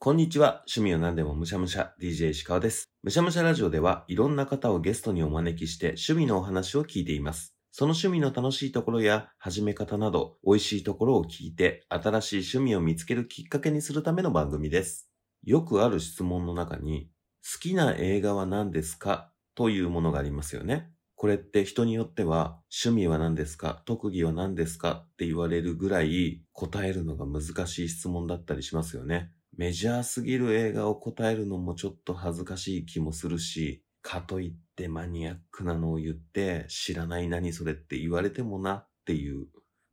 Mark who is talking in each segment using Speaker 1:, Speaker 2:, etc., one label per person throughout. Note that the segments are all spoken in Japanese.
Speaker 1: こんにちは。趣味を何でもむしゃむしゃ、DJ 石川です。むしゃむしゃラジオでは、いろんな方をゲストにお招きして、趣味のお話を聞いています。その趣味の楽しいところや、始め方など、美味しいところを聞いて、新しい趣味を見つけるきっかけにするための番組です。よくある質問の中に、好きな映画は何ですかというものがありますよね。これって人によっては、趣味は何ですか特技は何ですかって言われるぐらい、答えるのが難しい質問だったりしますよね。メジャーすぎる映画を答えるのもちょっと恥ずかしい気もするし、かといってマニアックなのを言って、知らない何それって言われてもなっていう、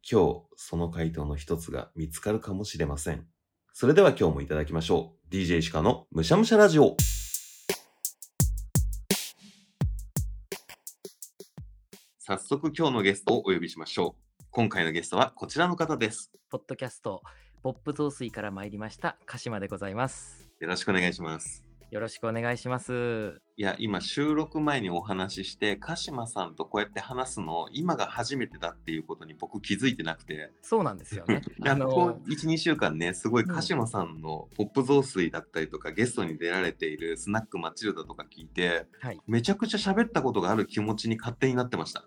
Speaker 1: 今日その回答の一つが見つかるかもしれません。それでは今日もいただきましょう。DJ シカのむしゃむしゃラジオ。早速今日のゲストをお呼びしましょう。今回のゲストはこちらの方です。
Speaker 2: ポッドキャスト、ポップ増水から参りました、鹿島でございます。
Speaker 1: よろしくお願いします。
Speaker 2: よろしくお願いします。
Speaker 1: いや、今収録前にお話しして、鹿島さんとこうやって話すの、今が初めてだっていうことに僕気づいてなくて、。
Speaker 2: そうなんですよね あ
Speaker 1: あのこ
Speaker 2: の
Speaker 1: こ、1、2週間ね、すごい
Speaker 2: うん
Speaker 1: 鹿島さんのポップ増水だったりとか、ゲストに出られているスナックマチルダとか聞いて、
Speaker 2: はい、
Speaker 1: めちゃくちゃ喋ったことがある気持ちに勝手になってました。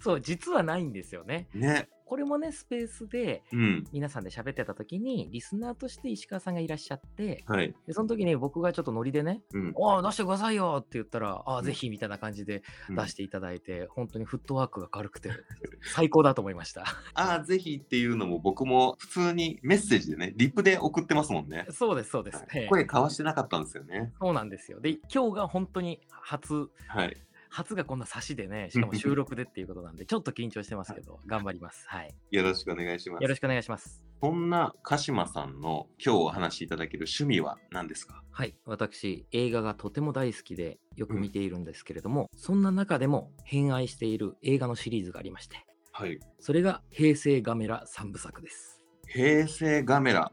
Speaker 2: そう、実はないんですよね。
Speaker 1: ね。
Speaker 2: これもね、スペースで
Speaker 1: うん。
Speaker 2: 皆さんで喋ってた時に、リスナーとして石川さんがいらっしゃって、
Speaker 1: はい。
Speaker 2: でその時に僕がちょっとノリでね、
Speaker 1: うん。
Speaker 2: おー出してくださいよって言ったら、あ
Speaker 1: う
Speaker 2: ー
Speaker 1: ん
Speaker 2: ぜひみたいな感じで
Speaker 1: うん
Speaker 2: 出していただいて、本当にフットワークが軽くて、最高だと思いました。
Speaker 1: ああ、ぜひっていうのも僕も普通にメッセージでね、リップで送ってますもんね。
Speaker 2: そうです、そうです。ええ
Speaker 1: 声交わしてなかったんですよね。
Speaker 2: そうなんですよ。で、今日が本当に初
Speaker 1: はい。
Speaker 2: 初がこんな差しでね、しかも収録でっていうことなんで、ちょっと緊張してますけど、頑張ります。はい。
Speaker 1: よろしくお願いします
Speaker 2: よ。ろしくお願いします。
Speaker 1: そんな鹿島さんの今日お話しいただける趣味は何ですか
Speaker 2: はい。私、映画がとても大好きで、よく
Speaker 1: うん
Speaker 2: 見ているんですけれども、そんな中でも偏愛している映画のシリーズがありまして、
Speaker 1: はい。
Speaker 2: それが平成ガメラ3部作です。
Speaker 1: 平成ガメラ。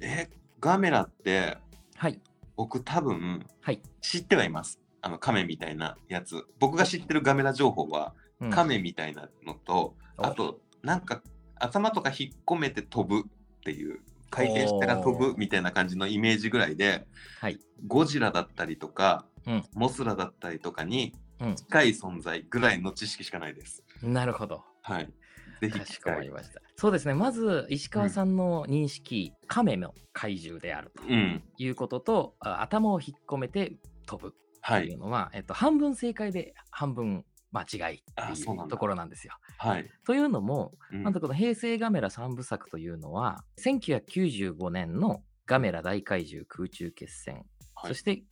Speaker 1: え、ガメラって
Speaker 2: はい。
Speaker 1: 僕多分
Speaker 2: はい。
Speaker 1: 知ってはいます。あの亀みたいなやつ。僕が知ってるガメラ情報は
Speaker 2: うん
Speaker 1: 亀みたいなのと、
Speaker 2: お
Speaker 1: あとなんか頭とか引っ込めて飛ぶっていう回転したら飛ぶみたいな感じのイメージぐらいで、
Speaker 2: はい。
Speaker 1: ゴジラだったりとか、
Speaker 2: うん
Speaker 1: モスラだったりとかに
Speaker 2: うん
Speaker 1: 近い存在ぐらいの知識しかないです。
Speaker 2: なるほど。
Speaker 1: はい。ぜひ
Speaker 2: か
Speaker 1: 機
Speaker 2: しこま
Speaker 1: 会
Speaker 2: りました。そうですね。まず、石川さんの認識、亀の怪獣であると
Speaker 1: うん。
Speaker 2: いうことと、あ頭を引っ込めて飛ぶ。
Speaker 1: は
Speaker 2: ってい
Speaker 1: い。
Speaker 2: うのは、えっと、半分正解で半分間違い
Speaker 1: あ
Speaker 2: ってい
Speaker 1: そうなん
Speaker 2: う
Speaker 1: だ
Speaker 2: ところなんですよ。
Speaker 1: はい。
Speaker 2: というのも、
Speaker 1: うん
Speaker 2: なんとこの平成ガメラ3部作というのは、1995年のガメラ大怪獣空中決戦、
Speaker 1: はい
Speaker 2: そして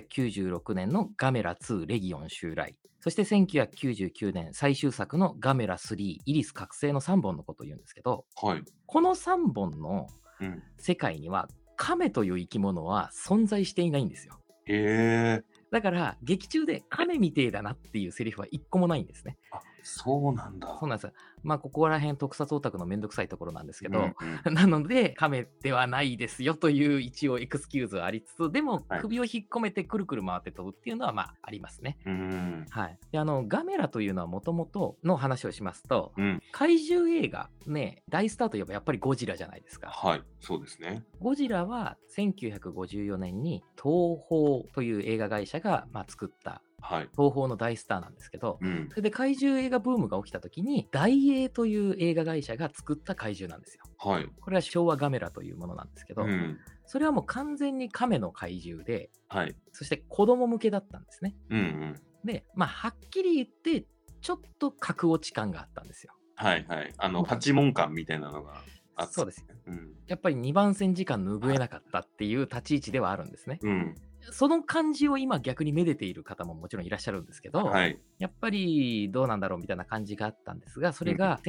Speaker 2: 1996年のガメラ2レギオン襲来、そして1999年最終作のガメラ3イリス覚醒の3本のことを言うんですけど、
Speaker 1: はい。
Speaker 2: この3本の
Speaker 1: うん。
Speaker 2: 世界には、カメという生き物は存在していないんですよ。
Speaker 1: へえ。
Speaker 2: だから、劇中で亀みてえだなっていうセリフは一個もないんですね。
Speaker 1: あ、そうなんだ。
Speaker 2: そうなんですよ。まあ、ここら辺特撮オタクのめんどくさいところなんですけど、
Speaker 1: うんうん
Speaker 2: なので、亀ではないですよという一応エクスキューズはありつつ、でも
Speaker 1: はい
Speaker 2: 首を引っ込めてくるくる回って飛ぶっていうのはまあありますね。
Speaker 1: うん。
Speaker 2: はい。で、あの、ガメラというのはもともとの話をしますと、
Speaker 1: うん。
Speaker 2: 怪獣映画、ね、大スターといえばやっぱりゴジラじゃないですか。
Speaker 1: はい。そうですね。
Speaker 2: ゴジラは1954年に東宝という映画会社がまあ作った
Speaker 1: はい。
Speaker 2: 東宝の大スターなんですけど、
Speaker 1: うん
Speaker 2: そ。れで怪獣映画ブームが起きた時に大映という映画会社が作った怪獣なんですよ。
Speaker 1: はい。
Speaker 2: これは昭和ガメラというものなんですけど、
Speaker 1: うん。
Speaker 2: それはもう完全に亀の怪獣で
Speaker 1: はい。
Speaker 2: そして子供向けだったんですね。
Speaker 1: うんうん。
Speaker 2: でまあはっきり言ってちょっと格落ち感があったんですよ。
Speaker 1: はいはい。あの、八問感みたいなのがあって
Speaker 2: そうです。
Speaker 1: うん。
Speaker 2: やっぱり2番線時間拭えなかったっていう立ち位置ではあるんですね。
Speaker 1: うん。
Speaker 2: その感じを今逆にめでている方ももちろんいらっしゃるんですけど、
Speaker 1: はい。
Speaker 2: やっぱりどうなんだろうみたいな感じがあったんですが、それが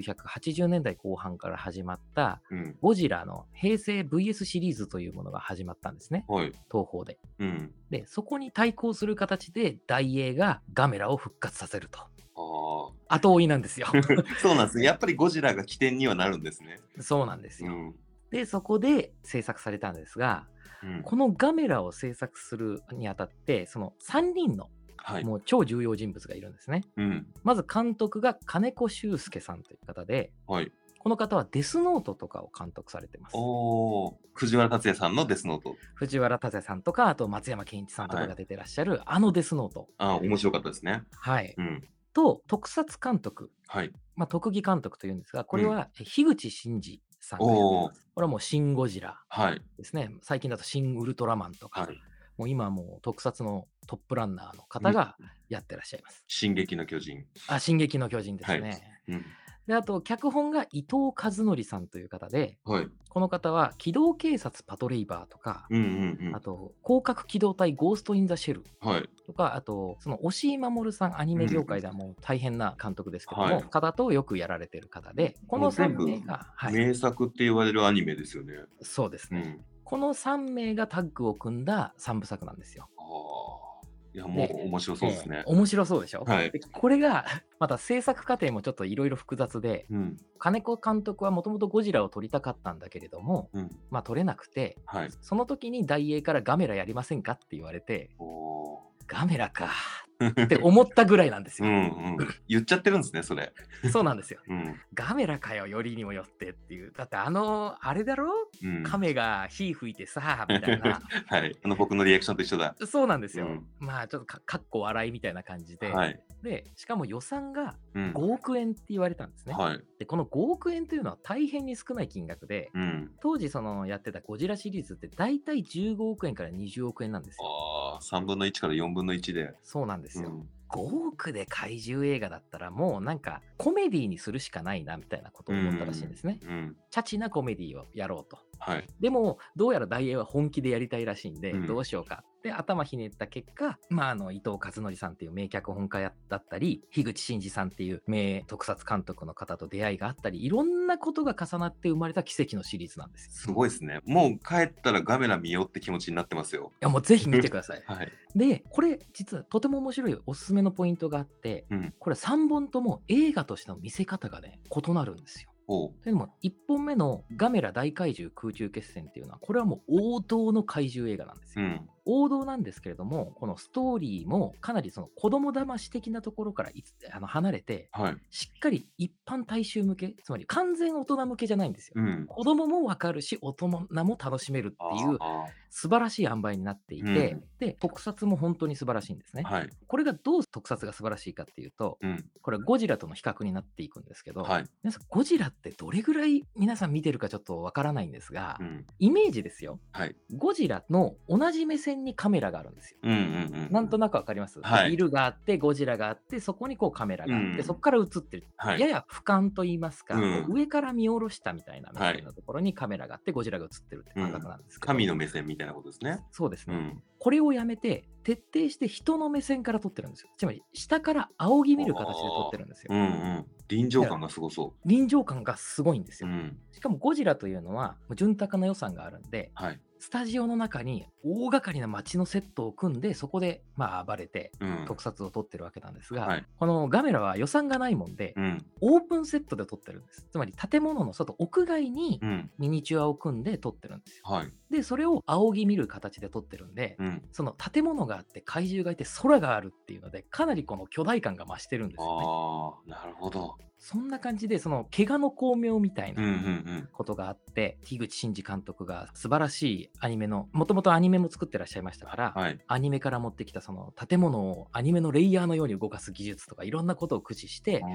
Speaker 2: 1980年代後半から始まった
Speaker 1: うん。
Speaker 2: ゴジラの平成 VS シリーズというものが始まったんですね、
Speaker 1: はい。
Speaker 2: 東宝で。
Speaker 1: うん。
Speaker 2: で、そこに対抗する形で大映がガメラを復活させると。
Speaker 1: ああ。
Speaker 2: 後追いなんですよ。
Speaker 1: そうなんですね。やっぱりゴジラが起点にはなるんですね。
Speaker 2: そうなんです
Speaker 1: う
Speaker 2: よ。
Speaker 1: ん。
Speaker 2: で、そこで制作されたんですが、
Speaker 1: うん
Speaker 2: このガメラを制作するにあたって、その3人の
Speaker 1: はい。
Speaker 2: もう超重要人物がいるんですね。
Speaker 1: うん。
Speaker 2: まず監督が金子修介さんという方で、
Speaker 1: はい。
Speaker 2: この方はデスノートとかを監督されてます。
Speaker 1: おー藤原竜也さんのデスノート。
Speaker 2: 藤原達也さんとか、あと松山ケンイチさんとか
Speaker 1: は
Speaker 2: が
Speaker 1: い
Speaker 2: 出てらっしゃる、あのデスノート。
Speaker 1: ああ、面白かったですね。
Speaker 2: はい。
Speaker 1: うん。
Speaker 2: と、特撮監督、
Speaker 1: はい。
Speaker 2: まあ、特技監督というんですが、これはえ樋口真嗣さんがやって
Speaker 1: お
Speaker 2: ま
Speaker 1: ー
Speaker 2: す。これはもうシン・ゴジラ
Speaker 1: はい。
Speaker 2: ですね。最近だとシン・ウルトラマンとか、
Speaker 1: はい。
Speaker 2: もう今はもう特撮のトップランナーの方がやってらっしゃいます。
Speaker 1: 進撃の巨人。
Speaker 2: あ、進撃の巨人ですね。
Speaker 1: はいうん。
Speaker 2: で、あと、脚本が伊藤和則さんという方で、
Speaker 1: はい。
Speaker 2: この方は機動警察パトレイバーとか、
Speaker 1: うんうん
Speaker 2: あと、広角機動隊ゴースト・イン・ザ・シェル
Speaker 1: うん。はい。
Speaker 2: とか、あと、その押井守さん、アニメ業界ではもう大変な監督ですけども、
Speaker 1: はい
Speaker 2: 方とよくやられてる方で、こ
Speaker 1: も
Speaker 2: の
Speaker 1: う全部
Speaker 2: 3名が、はい、
Speaker 1: 名作って言われるアニメですよね。
Speaker 2: そうです
Speaker 1: う
Speaker 2: ね、
Speaker 1: ん。
Speaker 2: この3名がタッグを組んだ3部作なんですよ。
Speaker 1: ああ。いや、もう面白そうですね
Speaker 2: えー。面白そうでしょ、
Speaker 1: はい
Speaker 2: でこれが また制作過程もちょっといろいろ複雑で
Speaker 1: うん。
Speaker 2: 金子監督はもともとゴジラを撮りたかったんだけれども
Speaker 1: うん。
Speaker 2: まあ撮れなくて
Speaker 1: はい。
Speaker 2: その時に大英からガメラやりませんかって言われて
Speaker 1: おー
Speaker 2: ガメラか って思ったぐらいなんです
Speaker 1: う
Speaker 2: よ。
Speaker 1: んうん。言っちゃってるんですね、それ。
Speaker 2: そうなんですよ。
Speaker 1: うん。
Speaker 2: ガメラかよよりにもよってっていうだってあのあれだろ
Speaker 1: うん。
Speaker 2: カメが火吹い てさみたいな
Speaker 1: はい。あの、僕のリアクションと一緒だ。
Speaker 2: そうなんですよ。
Speaker 1: うん
Speaker 2: まあちょっとかかっこ笑いみたいな感じで、
Speaker 1: はい。
Speaker 2: でしかも予算が
Speaker 1: うん
Speaker 2: 5。億円って言われたんですね。
Speaker 1: はい。
Speaker 2: でこの5億円というのは大変に少ない金額で
Speaker 1: うん。
Speaker 2: 当時そのやってたゴジラシリーズって大体15億円から20億円なんですよ。
Speaker 1: ああ、3分の1から4分の1で。
Speaker 2: そうなんで
Speaker 1: う
Speaker 2: すよ、
Speaker 1: ん。
Speaker 2: 5億で怪獣映画だったらもうなんかコメディにするしかないなみたいなことを思ったらしいんですね。
Speaker 1: うん。
Speaker 2: チャチなコメディをやろうと。
Speaker 1: はい。
Speaker 2: でもどうやら大英は本気でやりたいらしいんで
Speaker 1: うん
Speaker 2: どうしようかって頭ひねった結果、まあ、あの伊藤和則さんっていう名脚本家だったり樋口真嗣さんっていう名特撮監督の方と出会いがあったりいろんなことが重なって生まれた奇跡のシリーズなんですよ。
Speaker 1: すごいですね。もう帰ったらガメラ見ようって気持ちになってますよ。
Speaker 2: いやもうぜひ見てください。
Speaker 1: はい。
Speaker 2: でこれ実はとても面白いおすすめのポイントがあって、
Speaker 1: うん
Speaker 2: これ3本とも映画としての見せ方がね異なるんですよ。
Speaker 1: おう。
Speaker 2: というのも1本目の「ガメラ大怪獣空中決戦」っていうのはこれはもう王道の怪獣映画なんですよ。
Speaker 1: うん。
Speaker 2: 王道なんですけれども、このストーリーもかなりその子供騙し的なところからいつあの離れて、
Speaker 1: はい。
Speaker 2: しっかり一般大衆向け、つまり完全大人向けじゃないんですよ。
Speaker 1: うん。
Speaker 2: 子供もわかるし、大人も楽しめるっていう
Speaker 1: あ
Speaker 2: 素晴らしい塩梅になっていて、
Speaker 1: うん
Speaker 2: で、特撮も本当に素晴らしいんですね
Speaker 1: ー。はい。
Speaker 2: これがどう特撮が素晴らしいかっていうと、
Speaker 1: うん。
Speaker 2: これはゴジラとの比較になっていくんですけど、
Speaker 1: はい。
Speaker 2: 皆さんゴジラってどれぐらい皆さん見てるかちょっとわからないんですが、
Speaker 1: うん。
Speaker 2: イメージですよ。
Speaker 1: はい。
Speaker 2: ゴジラの同じ目線にカメラがあるんですよ。
Speaker 1: うんうんうん。
Speaker 2: なんとなくわかります、
Speaker 1: はい
Speaker 2: ビルがあってゴジラがあってそこにこうカメラがあって、
Speaker 1: うん
Speaker 2: そこから映ってる、
Speaker 1: はい。
Speaker 2: やや俯瞰と言いますか、
Speaker 1: うん
Speaker 2: こう上から見下ろしたみたいな目
Speaker 1: はい
Speaker 2: 線のところにカメラがあってゴジラが映ってるって感覚なんですけど、
Speaker 1: 神の目線みたいなことですね。
Speaker 2: そうです
Speaker 1: う
Speaker 2: ね、
Speaker 1: ん。
Speaker 2: これをやめて徹底して人の目線から撮ってるんですよつまり下から仰ぎ見る形で撮ってるんですよ、
Speaker 1: うんうん。臨場感がすごそ
Speaker 2: 臨場感がすごいんです
Speaker 1: う。う
Speaker 2: よ、
Speaker 1: ん。
Speaker 2: しかもゴジラというのはもう潤沢な予算があるんで
Speaker 1: はい。
Speaker 2: スタジオの中に大掛かりな街のセットを組んでそこでまあ暴れて
Speaker 1: うん。
Speaker 2: 特撮を撮ってるわけなんですが、
Speaker 1: はい
Speaker 2: このガメラは予算がないもんで、
Speaker 1: うん。
Speaker 2: オープンセットで撮ってるんです。つまり建物の外、屋外に
Speaker 1: うん。
Speaker 2: ミニチュアを組んで撮ってるんですよ。
Speaker 1: はい。
Speaker 2: で、それを仰ぎ見る形で撮ってるんで、
Speaker 1: うん。
Speaker 2: その建物があって怪獣がいて空があるっていうので、かなりこの巨大感が増してるんですよね。
Speaker 1: ああ、なるほど。
Speaker 2: そんな感じで、その怪我の巧妙みたい
Speaker 1: うんうんう。
Speaker 2: なんことがあって、樋口真嗣監督が素晴らしいアニメの、もともとアニメも作ってらっしゃいましたから、
Speaker 1: はい。
Speaker 2: アニメから持ってきたその建物をアニメのレイヤーのように動かす技術とかいろんなことを駆使して
Speaker 1: あ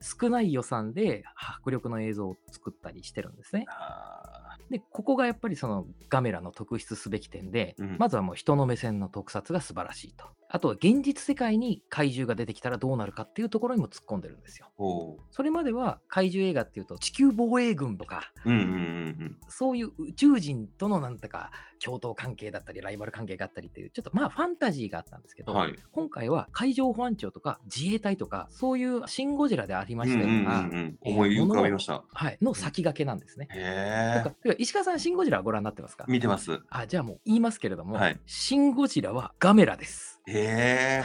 Speaker 2: 少ない予算で迫力の映像を作ったりしてるんですね
Speaker 1: ー。あ
Speaker 2: でここがやっぱりそのガメラの特筆すべき点で、
Speaker 1: うん
Speaker 2: まずはもう人の目線の特撮が素晴らしいとあとは現実世界に怪獣が出てきたらどうなるかっていうところにも突っ込んでるんですよ。
Speaker 1: ー。おう。
Speaker 2: それまでは怪獣映画っていうと地球防衛軍とか
Speaker 1: うんうんうん
Speaker 2: そういう宇宙人とのなんとか共闘関係だったりライバル関係があったりっていうちょっとまあファンタジーがあったんですけ
Speaker 1: う
Speaker 2: ど、
Speaker 1: ん。はい。
Speaker 2: 今回は海上保安庁とか自衛隊とかそういうシン・ゴジラでありま
Speaker 1: うんう
Speaker 2: し
Speaker 1: ん
Speaker 2: たよ
Speaker 1: う
Speaker 2: うな、
Speaker 1: んうん。思い浮かびました。
Speaker 2: はい、の先駆けなんですね。
Speaker 1: へえ
Speaker 2: だか。ら石川さん、シン・ゴジラはご覧になってますか
Speaker 1: 見てます。
Speaker 2: あじゃあもう言いますけれども、
Speaker 1: はい
Speaker 2: シン・ゴジラはガメラです。
Speaker 1: へえ。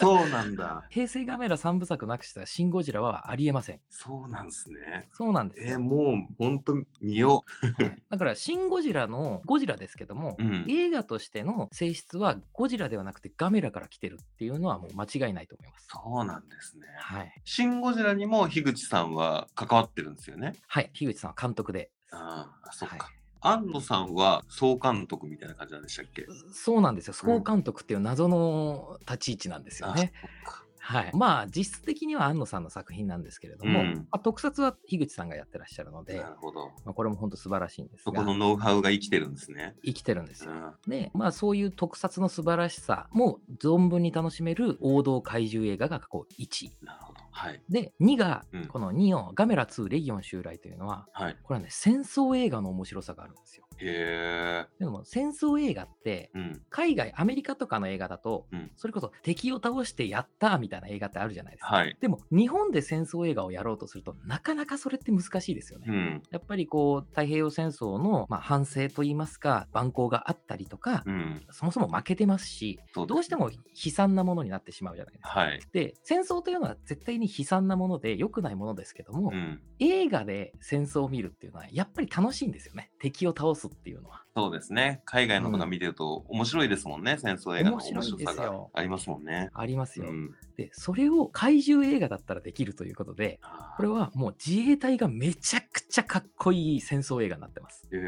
Speaker 1: そうなんだ。
Speaker 2: 平成カメラ3部作なくしたらシン・ゴジラはありえません。
Speaker 1: そうなんですね。
Speaker 2: そうなんです
Speaker 1: えー、
Speaker 2: よ。
Speaker 1: もう本当見よ
Speaker 2: はいだから、シン・ゴジラのゴジラですけども、
Speaker 1: う。うん。
Speaker 2: 映画としての性質はゴジラではなくてガメラから来てるっていうのはもう間違いないと思います。
Speaker 1: そうなんですね。
Speaker 2: はい。
Speaker 1: シン・ゴジラにも樋口さんは関わってるんですよね。
Speaker 2: はい。樋口さんは監督で。
Speaker 1: ああ、そっか。
Speaker 2: はい
Speaker 1: 安野さんは総監督みたいな感じなんでしたっけ、
Speaker 2: そうなんですよ。総監督っていう謎の立ち位置なんですよ
Speaker 1: あ、
Speaker 2: ね。
Speaker 1: そっか。
Speaker 2: はい、まあ実質的には安野さんの作品なんですけれども、
Speaker 1: うん
Speaker 2: まあ、特撮は樋口さんがやってらっしゃるので、
Speaker 1: なるほど。
Speaker 2: まあ、これも本当素晴らしいんです
Speaker 1: そこ
Speaker 2: が
Speaker 1: のノウハウが生きてるんですね。
Speaker 2: 生きてるんです
Speaker 1: う
Speaker 2: よ。
Speaker 1: ん。
Speaker 2: でまあそういう特撮の素晴らしさも存分に楽しめる王道怪獣映画がこう1位
Speaker 1: なるほど。はい。
Speaker 2: で2が
Speaker 1: うん
Speaker 2: この2の「ガメラ2レギオン襲来」というのは
Speaker 1: はい。
Speaker 2: これはね戦争映画の面白さがあるんですよ。
Speaker 1: へえ。
Speaker 2: でも戦争映画って
Speaker 1: うん。
Speaker 2: 海外アメリカとかの映画だと、
Speaker 1: うん
Speaker 2: それこそ敵を倒してやったーみたいな映画ってあるじゃないですか。
Speaker 1: はい。
Speaker 2: でも日本で戦争映画をやろうとするとなかなかそれって難しいですよね。
Speaker 1: うん。
Speaker 2: やっぱりこう太平洋戦争の、まあ、反省といいますか蛮行があったりとか、
Speaker 1: うん。
Speaker 2: そもそも負けてますし
Speaker 1: そ
Speaker 2: どうしても悲惨なものになってしまうじゃないですか。
Speaker 1: はい。
Speaker 2: で戦争というのは絶対に悲惨なもので良くないものですけども、
Speaker 1: うん。
Speaker 2: 映画で戦争を見るっていうのはやっぱり楽しいんですよね敵を倒すっていうのは。
Speaker 1: そうですね。海外の方が見てると面白いですもんね。戦争映画の面
Speaker 2: 面白い
Speaker 1: 白
Speaker 2: で
Speaker 1: さ
Speaker 2: す
Speaker 1: が
Speaker 2: よ
Speaker 1: ありますもんね。
Speaker 2: あります
Speaker 1: う
Speaker 2: よ。
Speaker 1: ん。
Speaker 2: でそれを怪獣映画だったらできるということで
Speaker 1: あ
Speaker 2: これはもう自衛隊がめちゃくちゃかっこいい戦争映画になってます。
Speaker 1: ーへえ。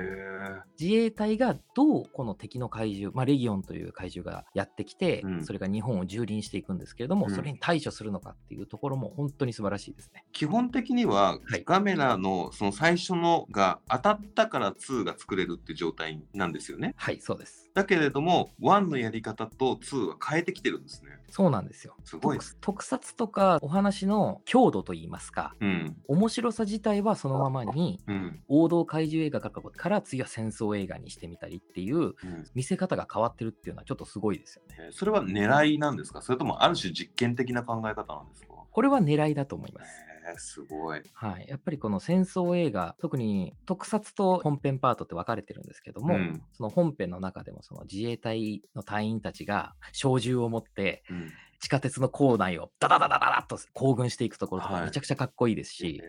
Speaker 2: 自衛隊がどうこの敵の怪獣、まあ、レギオンという怪獣がやってきて、
Speaker 1: うん
Speaker 2: それが日本を蹂躙していくんですけれども、
Speaker 1: うん
Speaker 2: それに対処するのかっていうところも本当に素晴らしいですね。
Speaker 1: 基本的には
Speaker 2: はい
Speaker 1: ガメラのその最初のが当たったから2が作れるっていう状態なんですよね。
Speaker 2: はい、そうです。
Speaker 1: だけれども1のやり方と2は変えてきてるんですね。
Speaker 2: そうなんですよ。
Speaker 1: すごいで
Speaker 2: 特
Speaker 1: す。
Speaker 2: 特撮とかお話の強度といいますか、
Speaker 1: うん。
Speaker 2: 面白さ自体はそのままに、
Speaker 1: うん。
Speaker 2: 王道怪獣映画からから次は戦争映画にしてみたりっていう
Speaker 1: うん
Speaker 2: 見せ方が変わってるっていうのはちょっとすごいですよね。
Speaker 1: えーそれは狙いなんですかそれともある種実験的な考え方なんですか
Speaker 2: これは狙いだと思います。
Speaker 1: えー、すごい。
Speaker 2: はい、やっぱりこの戦争映画特に特撮と本編パートって分かれてるんですけども、
Speaker 1: うん
Speaker 2: その本編の中でもその自衛隊の隊員たちが小銃を持って
Speaker 1: うん
Speaker 2: 地下鉄の構内をダダダダダダッと行軍していくところと
Speaker 1: は
Speaker 2: か
Speaker 1: い
Speaker 2: めちゃくちゃかっこいいです
Speaker 1: えー
Speaker 2: し、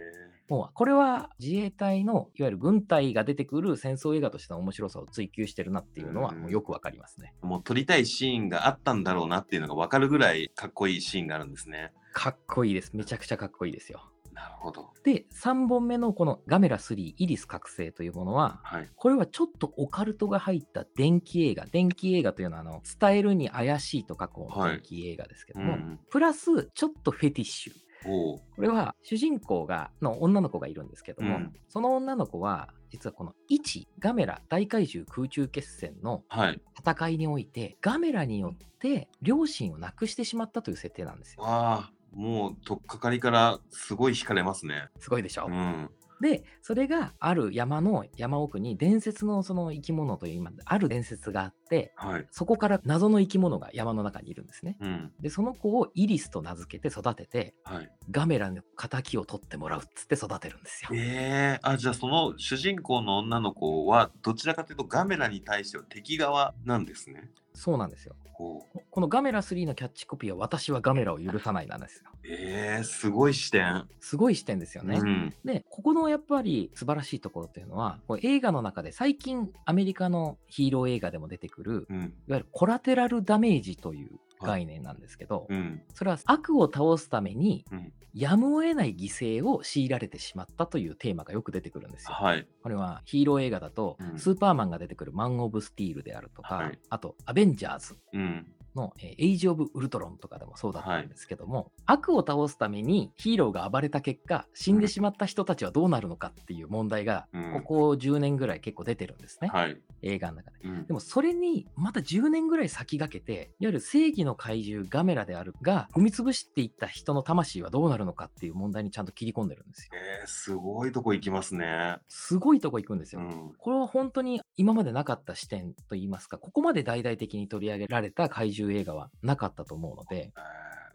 Speaker 2: もうこれは自衛隊のいわゆる軍隊が出てくる戦争映画としての面白さを追求してるなっていうのは
Speaker 1: うん
Speaker 2: もうよく分かりますね。
Speaker 1: もう撮りたいシーンがあったんだろうなっていうのが分かるぐらいかっこいいシーンがあるんですね。
Speaker 2: かっこいいです。めちゃくちゃかっこいいですよ。
Speaker 1: なるほど。
Speaker 2: で、3本目のこのガメラ3イリス覚醒というものは、
Speaker 1: はい。
Speaker 2: これはちょっとオカルトが入った電気映画。電気映画というのは、あの、伝えるに怪しいと書く
Speaker 1: はい
Speaker 2: 電気映画ですけ
Speaker 1: う
Speaker 2: ども、
Speaker 1: ん、
Speaker 2: プラス、ちょっとフェティッシュ。
Speaker 1: おう
Speaker 2: これは、主人公が、の女の子がいるんですけども、
Speaker 1: うん
Speaker 2: その女の子は、実はこの1、ガメラ大怪獣空中決戦の
Speaker 1: はい。
Speaker 2: 戦いにおいて、ガメラによって両親を亡くしてしまったという設定なんですよ。
Speaker 1: わあ、もう取っかかりからすごい惹かれますね。
Speaker 2: すごいでしょ、
Speaker 1: うん。
Speaker 2: で、それがある山の山奥に伝説のその生き物という今、ある伝説があって、
Speaker 1: はい。
Speaker 2: そこから謎の生き物が山の中にいるんですね。
Speaker 1: うん。
Speaker 2: で、その子をイリスと名付けて育てて、
Speaker 1: はい。
Speaker 2: ガメラの仇を取ってもらうっつって育てるんですよ。
Speaker 1: ええあ、じゃあその主人公の女の子はどちらかというとガメラに対しては敵側なんですね。
Speaker 2: そうなんですよ。
Speaker 1: おう
Speaker 2: このガメラ3のキャッチコピーは私はガメラを許さないなんですよ。
Speaker 1: ええすごい視点。
Speaker 2: すごい視点ですよね。
Speaker 1: うん。
Speaker 2: で、ここのやっぱり素晴らしいところというのは、こう映画の中で最近アメリカのヒーロー映画でも出てくる、
Speaker 1: うん。
Speaker 2: いわゆるコラテラルダメージという概念なんですけど、
Speaker 1: うん。
Speaker 2: それは悪を倒すために
Speaker 1: うん。
Speaker 2: やむを得ない犠牲を強いられてしまったというテーマがよく出てくるんですよ。
Speaker 1: はい。
Speaker 2: これはヒーロー映画だと、
Speaker 1: うん
Speaker 2: スーパーマンが出てくるマン・オブ・スティールであるとか、
Speaker 1: はい
Speaker 2: あと、アベンジャーズ
Speaker 1: うん。
Speaker 2: の、えーエイジ・オブ・ウルトロンとかでもそうだったんですけども、悪を倒すためにヒーローが暴れた結果、死んでしまった人たちはどうなるのかっていう問題が、
Speaker 1: うん
Speaker 2: ここ10年ぐらい結構出てるんですね、
Speaker 1: はい。
Speaker 2: 映画の中で。
Speaker 1: うん
Speaker 2: で。もそれにまた10年ぐらい先駆けて、いわゆる正義の怪獣ガメラであるが、踏み潰していった人の魂はどうなるのかっていう問題にちゃんと切り込んでるんですよ。
Speaker 1: えー、すごいとこ行きますね。
Speaker 2: すごいとこ行くんです
Speaker 1: う
Speaker 2: よ。
Speaker 1: ん。
Speaker 2: これは本当に今までなかった視点といいますか、ここまで大々的に取り上げられた怪獣映画はなかったと思うので、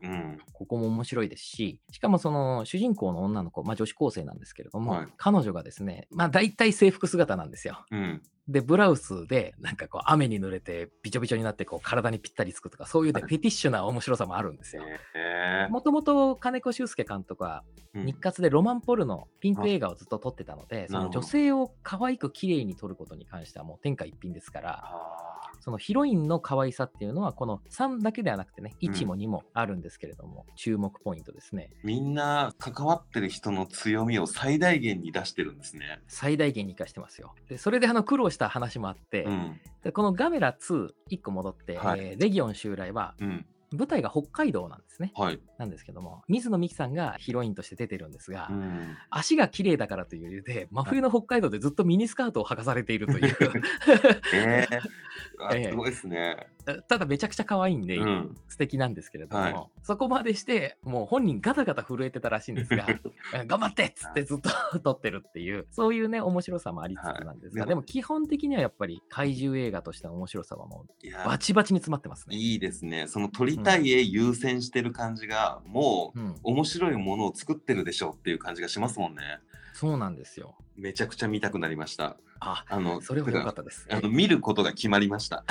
Speaker 1: えーうん。
Speaker 2: ここも面白いですし、しかもその主人公の女の子、まあ女子高生なんですけれども、
Speaker 1: はい
Speaker 2: 彼女がですね、まあ大体制服姿なんですよ。
Speaker 1: うん。
Speaker 2: で、ブラウスでなんかこう雨に濡れてびちょびちょになってこう体にぴったりつくとか、そういうね、
Speaker 1: は
Speaker 2: フェティッシュな面白さもあるんですよ。
Speaker 1: え
Speaker 2: もともと金子修介監督は
Speaker 1: ー
Speaker 2: 日活でロマンポルノ、ピンク映画をずっと撮ってたので、そ
Speaker 1: なる
Speaker 2: の
Speaker 1: ほど
Speaker 2: 女性を可愛く綺麗に撮ることに関してはもう天下一品ですから、
Speaker 1: あ
Speaker 2: そのヒロインの可愛さっていうのは、この3だけではなくてね、
Speaker 1: うん
Speaker 2: 1も2もあるんですけれども、注目ポイントですね。
Speaker 1: ーみんな関わってる人の強みを最大限に出してるんですね。
Speaker 2: 最大限に活かしてますよ。で、それであの苦労した話もあって、
Speaker 1: うん。
Speaker 2: でこのガメラ2、1個戻って、
Speaker 1: はい
Speaker 2: えーレギオン襲来は、
Speaker 1: うん。
Speaker 2: 舞台が北海道なんですね。
Speaker 1: はい。
Speaker 2: なんですけども、水野美紀さんがヒロインとして出てるんですが、
Speaker 1: うん。
Speaker 2: 足が綺麗だからという理由で、真冬の北海道でずっとミニスカートを履かされていると いう。
Speaker 1: えーうわ
Speaker 2: ええ
Speaker 1: すごいですね。
Speaker 2: ただめちゃくちゃ可愛いんで、
Speaker 1: うん。
Speaker 2: 素敵なんですけれども、
Speaker 1: はい
Speaker 2: そこまでしてもう本人ガタガタ震えてたらしいん ですがえ頑張ってっつってずっと 撮ってるっていうそういうね面白さもありつつなんですが、
Speaker 1: はい
Speaker 2: でも基本的にはやっぱり怪獣映画としての面白さはも
Speaker 1: いうや
Speaker 2: バチバチに詰まってますね。
Speaker 1: いいですね。その撮りたい絵優先してる感じが、もう
Speaker 2: うん、
Speaker 1: 面白いものを作ってるでしょっていう感じがしますもんね。
Speaker 2: そうなんですよ。
Speaker 1: めちゃくちゃ見たくなりました。
Speaker 2: あ
Speaker 1: あの、
Speaker 2: それは良かってたです。
Speaker 1: かあの見ることが決まりました。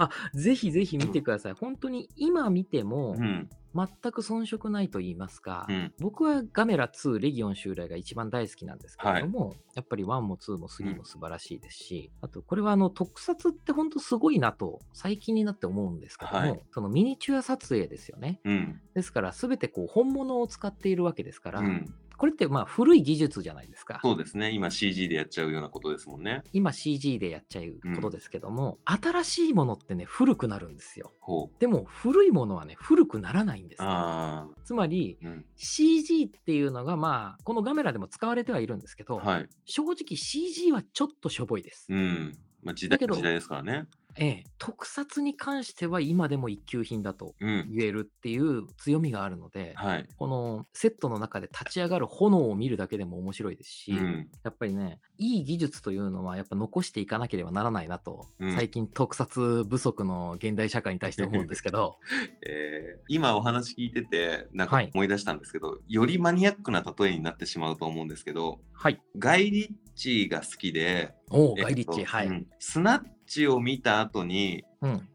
Speaker 2: あぜひぜひ見てください。本当に今見ても
Speaker 1: うん。
Speaker 2: 全く遜色ないと言いますか、
Speaker 1: うん。
Speaker 2: 僕はガメラ2、レギオン襲来が一番大好きなんですけれども、やっぱり1も2も3も素晴らしいですし、あとこれはあの特撮って本当すごいなと最近になって思うんですけども、
Speaker 1: はい
Speaker 2: そのミニチュア撮影ですよね。
Speaker 1: うん。
Speaker 2: ですから全てこう本物を使っているわけですから、
Speaker 1: うん。
Speaker 2: これってまあ古い技術じゃないですか。
Speaker 1: そうですね。今 CG でやっちゃうようなことですもんね。
Speaker 2: 今 CG でやっちゃうことですけども、新しいものってね古くなるんですよ。
Speaker 1: ほう。
Speaker 2: でも古いものはね古くならないんですよ。
Speaker 1: あ
Speaker 2: つまり
Speaker 1: あ。うん。
Speaker 2: CG っていうのがまあこのガメラでも使われてはいるんですけど、
Speaker 1: はい。
Speaker 2: 正直 CG はちょっとしょぼいです。
Speaker 1: うん。まあ、時代
Speaker 2: だけど
Speaker 1: 時代ですからね。
Speaker 2: ええ、特撮に関しては今でも一級品だと
Speaker 1: うん。
Speaker 2: 言えるっていう強みがあるので、
Speaker 1: はい。
Speaker 2: このセットの中で立ち上がる炎を見るだけでも面白いですし、
Speaker 1: うん。
Speaker 2: やっぱりね、いい技術というのはやっぱ残していかなければならないなと、
Speaker 1: うん
Speaker 2: 最近特撮不足の現代社会に対して思うんですけど、
Speaker 1: えー今お話聞いててなんか
Speaker 2: はい
Speaker 1: 思い出したんですけど、よりマニアックな例えになってしまうと思うんですけど
Speaker 2: はい。
Speaker 1: ガイ・リッチーが好きでえ
Speaker 2: おお、
Speaker 1: っと
Speaker 2: ガイリッチー、はい、
Speaker 1: う
Speaker 2: うん。
Speaker 1: んスナッチを見た後に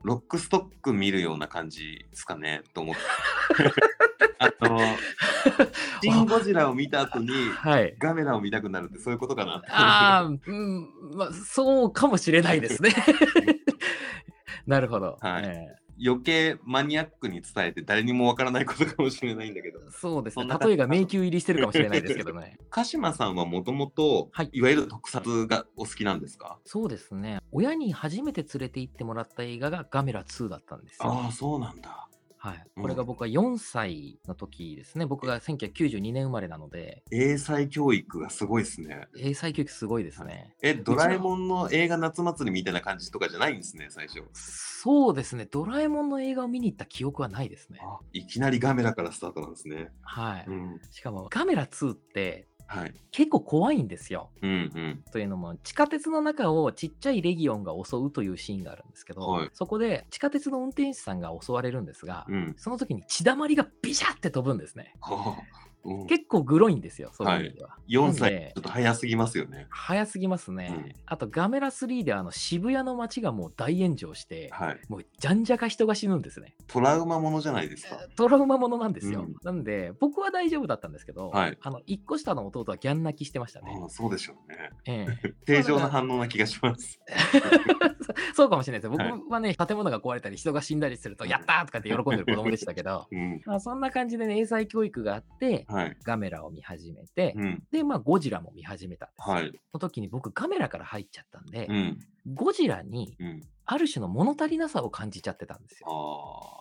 Speaker 1: ロックストック見るような感じですかねと 思ってあと「シン・ゴジラ」を見た後に
Speaker 2: はい。
Speaker 1: ガメラを見たくなるってそういうことかなって
Speaker 2: ああ、うん、まあ、そうかもしれないです ね。なるほど。
Speaker 1: はい
Speaker 2: ええ
Speaker 1: 余計マニアックに伝えて誰にもわからないことかもしれないんだけ ど
Speaker 2: そうです
Speaker 1: そん
Speaker 2: ね。
Speaker 1: な感じ
Speaker 2: 例えが迷宮入りしてるかもしれないですけどね。
Speaker 1: 鹿島さんはもともと
Speaker 2: はい
Speaker 1: いわゆる特撮がお好きなんですか
Speaker 2: そうですね。親に初めて連れて行ってもらった映画がガメラ2だったんですよ。
Speaker 1: ああそうなんだ。
Speaker 2: はい、
Speaker 1: うん
Speaker 2: これが僕は4歳の時ですね。僕が1992年生まれなので、
Speaker 1: 英才教育がすごいですね。
Speaker 2: 英才教育すごいですね。
Speaker 1: えドラえもんの映画夏祭りみたいな感じとかじゃないんですね最初。
Speaker 2: そうですね。ドラえもんの映画を見に行った記憶はないですね。
Speaker 1: あいきなりガメラからスタートなんですね。
Speaker 2: はい。
Speaker 1: うん
Speaker 2: しかもガメラ2って
Speaker 1: はい。
Speaker 2: 結構怖いんですよ。
Speaker 1: うん
Speaker 2: というのも地下鉄の中をちっちゃいレギオンが襲うというシーンがあるんですけど、
Speaker 1: はい
Speaker 2: そこで地下鉄の運転手さんが襲われるんですが、
Speaker 1: うんうん。
Speaker 2: その時に血だまりがビシャって飛ぶんですね。
Speaker 1: はあうん
Speaker 2: 結構グロいんですよ、そういう意味では。
Speaker 1: 4
Speaker 2: なんで
Speaker 1: 歳ちょっと早すぎますよね。
Speaker 2: 早すぎますね。
Speaker 1: うん
Speaker 2: あと、ガメラ3であの渋谷の街がもう大炎上して、
Speaker 1: はい。
Speaker 2: もうじゃんじゃか人が死ぬんですね。
Speaker 1: トラウマものじゃないですか。
Speaker 2: トラウマものなんです
Speaker 1: う
Speaker 2: よ。
Speaker 1: ん
Speaker 2: なんで、僕は大丈夫だったんですけど、
Speaker 1: はい
Speaker 2: あの1個下の弟はギャン泣きしてましたね。
Speaker 1: うん、そうでしょうね。
Speaker 2: ええ
Speaker 1: 正常な反応な気がします。
Speaker 2: そうかもしれないです
Speaker 1: は
Speaker 2: ね。
Speaker 1: い、
Speaker 2: 僕はね、建物が壊れたり、人が死んだりすると、やったーとかって喜んでる子供でしたけど
Speaker 1: うん。
Speaker 2: まあそんな感じでね、英才教育があって、
Speaker 1: はい。
Speaker 2: ガメラを見始めて、
Speaker 1: うん。
Speaker 2: で、まあ、ゴジラも見始めたんですよ。
Speaker 1: はい。
Speaker 2: その時に僕、ガメラから入っちゃったんで
Speaker 1: う、ん。
Speaker 2: ゴジラに
Speaker 1: うん。
Speaker 2: ある種の物足りなさを感じちゃってたんですよ。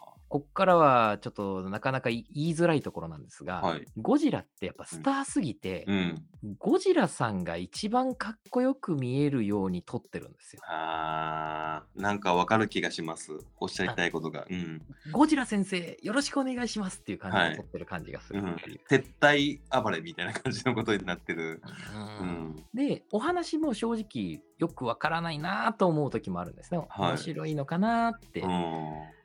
Speaker 1: あ
Speaker 2: こっからはちょっとなかなか言いづらいところなんです
Speaker 1: あ。
Speaker 2: が、
Speaker 1: はい。
Speaker 2: ゴジラってやっぱスターすぎて
Speaker 1: う、ん。
Speaker 2: ゴジラさんが一番かっこよく見えるように撮ってるんですよ。
Speaker 1: あーなんかわかる気がします。おっしゃりたいことが。うん。
Speaker 2: ゴジラ先生、よろしくお願いしますっていう感じで撮ってる感じがす
Speaker 1: う
Speaker 2: る
Speaker 1: ん
Speaker 2: っていう。、
Speaker 1: 撤退暴れみたいな感じのことになってる。う
Speaker 2: うん
Speaker 1: ん。
Speaker 2: で、お話も正直よくわからないなと思う時もあるんですね。
Speaker 1: はい
Speaker 2: 面白いのかなって。
Speaker 1: うん。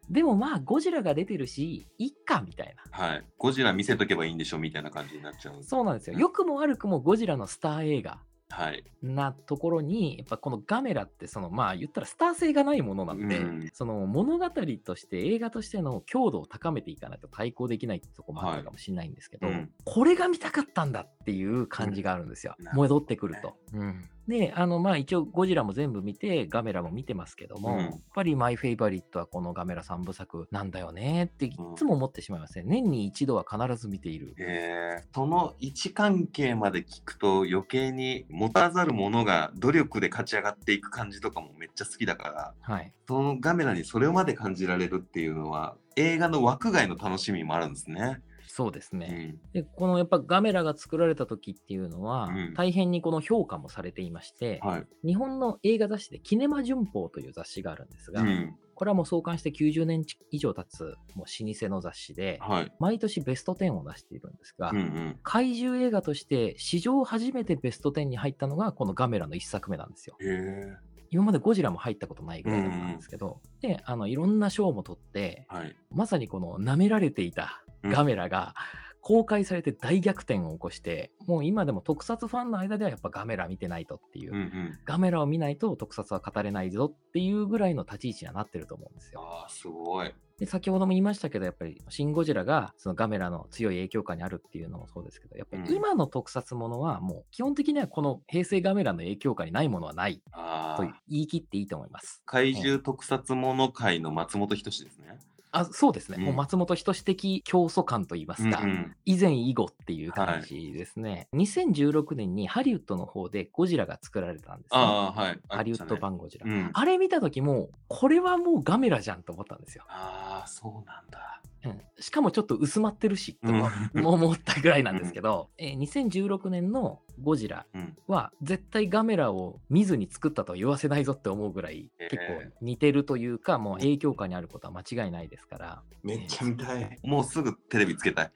Speaker 2: でもまあ、ゴジラが出てるし、いっか、みたいな。
Speaker 1: はい。ゴジラ見せとけばいいんでしょみたいな感じになっちゃうんです。
Speaker 2: そうなんですよ。良くも悪くもゴジラのスター映画
Speaker 1: はい。
Speaker 2: なところに、やっぱこのガメラって、そのまあ言ったらスター性がないものなんで、
Speaker 1: うん
Speaker 2: その物語として映画としての強度を高めていかないと対抗できないってとこもあるかもしれないんですけど、
Speaker 1: うん
Speaker 2: これが見たかったんだっていう感じがあるんですよ。
Speaker 1: うん
Speaker 2: 戻ってくると。うんで、あのまあ一応ゴジラも全部見て、ガメラも見てますけど
Speaker 1: う
Speaker 2: も、
Speaker 1: ん
Speaker 2: やっぱりマイフェイバリットはこのガメラ3部作なんだよねっていつも思ってしまいますね。年に一度は必ず見ている。
Speaker 1: えー、その位置関係まで聞くと余計に持たざるものが努力で勝ち上がっていく感じとかもめっちゃ好きだから
Speaker 2: はい。
Speaker 1: そのガメラにそれまで感じられるっていうのは映画の枠外の楽しみもあるんですね。
Speaker 2: そうです
Speaker 1: う
Speaker 2: ね。
Speaker 1: ん、
Speaker 2: でこのやっぱガメラが作られた時っていうのは、
Speaker 1: うん
Speaker 2: 大変にこの評価もされていまして、
Speaker 1: はい、
Speaker 2: 日本の映画雑誌でキネマ旬報という雑誌があるんですが、
Speaker 1: うん
Speaker 2: これはもう創刊して90年以上経つもう老舗の雑誌で、
Speaker 1: はい
Speaker 2: 毎年ベスト10を出しているんですが、
Speaker 1: うんうん
Speaker 2: 怪獣映画として史上初めてベスト10に入ったのがこのガメラの1作目なんですよ。
Speaker 1: へえ
Speaker 2: 今までゴジラも入ったことないぐらいだったんですけど、であのいろんな賞も取って、
Speaker 1: はい
Speaker 2: まさにこの舐められていたガメラが公開されて大逆転を起こして、もう今でも特撮ファンの間ではやっぱガメラ見てないとっていう、
Speaker 1: うんうん
Speaker 2: ガメラを見ないと特撮は語れないぞっていうぐらいの立ち位置にはなってると思うんですよ。
Speaker 1: あーすごい
Speaker 2: で先ほども言いましたけどやっぱり「シン・ゴジラ」がそのガメラの強い影響下にあるっていうのもそうですけどやっぱり今の特撮ものはもう基本的にはこの平成ガメラの影響下にないものはない
Speaker 1: あ
Speaker 2: と
Speaker 1: ー
Speaker 2: 言い切っていいと思います。
Speaker 1: 怪獣特撮もの界の松本人志ですね。
Speaker 2: あそうですね、
Speaker 1: うん
Speaker 2: もう松本人志的教祖感と言いますか、
Speaker 1: うんうん
Speaker 2: 以前以後っていう感じですね、2016年にハリウッドの方でゴジラが作られたんです、ね、
Speaker 1: ああはい。
Speaker 2: ハリウッド版ゴジラ、
Speaker 1: うん、
Speaker 2: あれ見た時もこれはもうガメラじゃんと思ったんですよ、
Speaker 1: ああそうなんだ。
Speaker 2: うんしかもちょっと薄まってるしと も
Speaker 1: うん
Speaker 2: 思ったぐらいなんですけど、えー2016年のゴジラ
Speaker 1: うん
Speaker 2: は絶対ガメラを見ずに作ったとは言わせないぞって思うぐらい
Speaker 1: えー
Speaker 2: 結構似てるというか、もう影響下にあることは間違いないですから
Speaker 1: めっちゃ見たい。もうすぐテレビつけたい。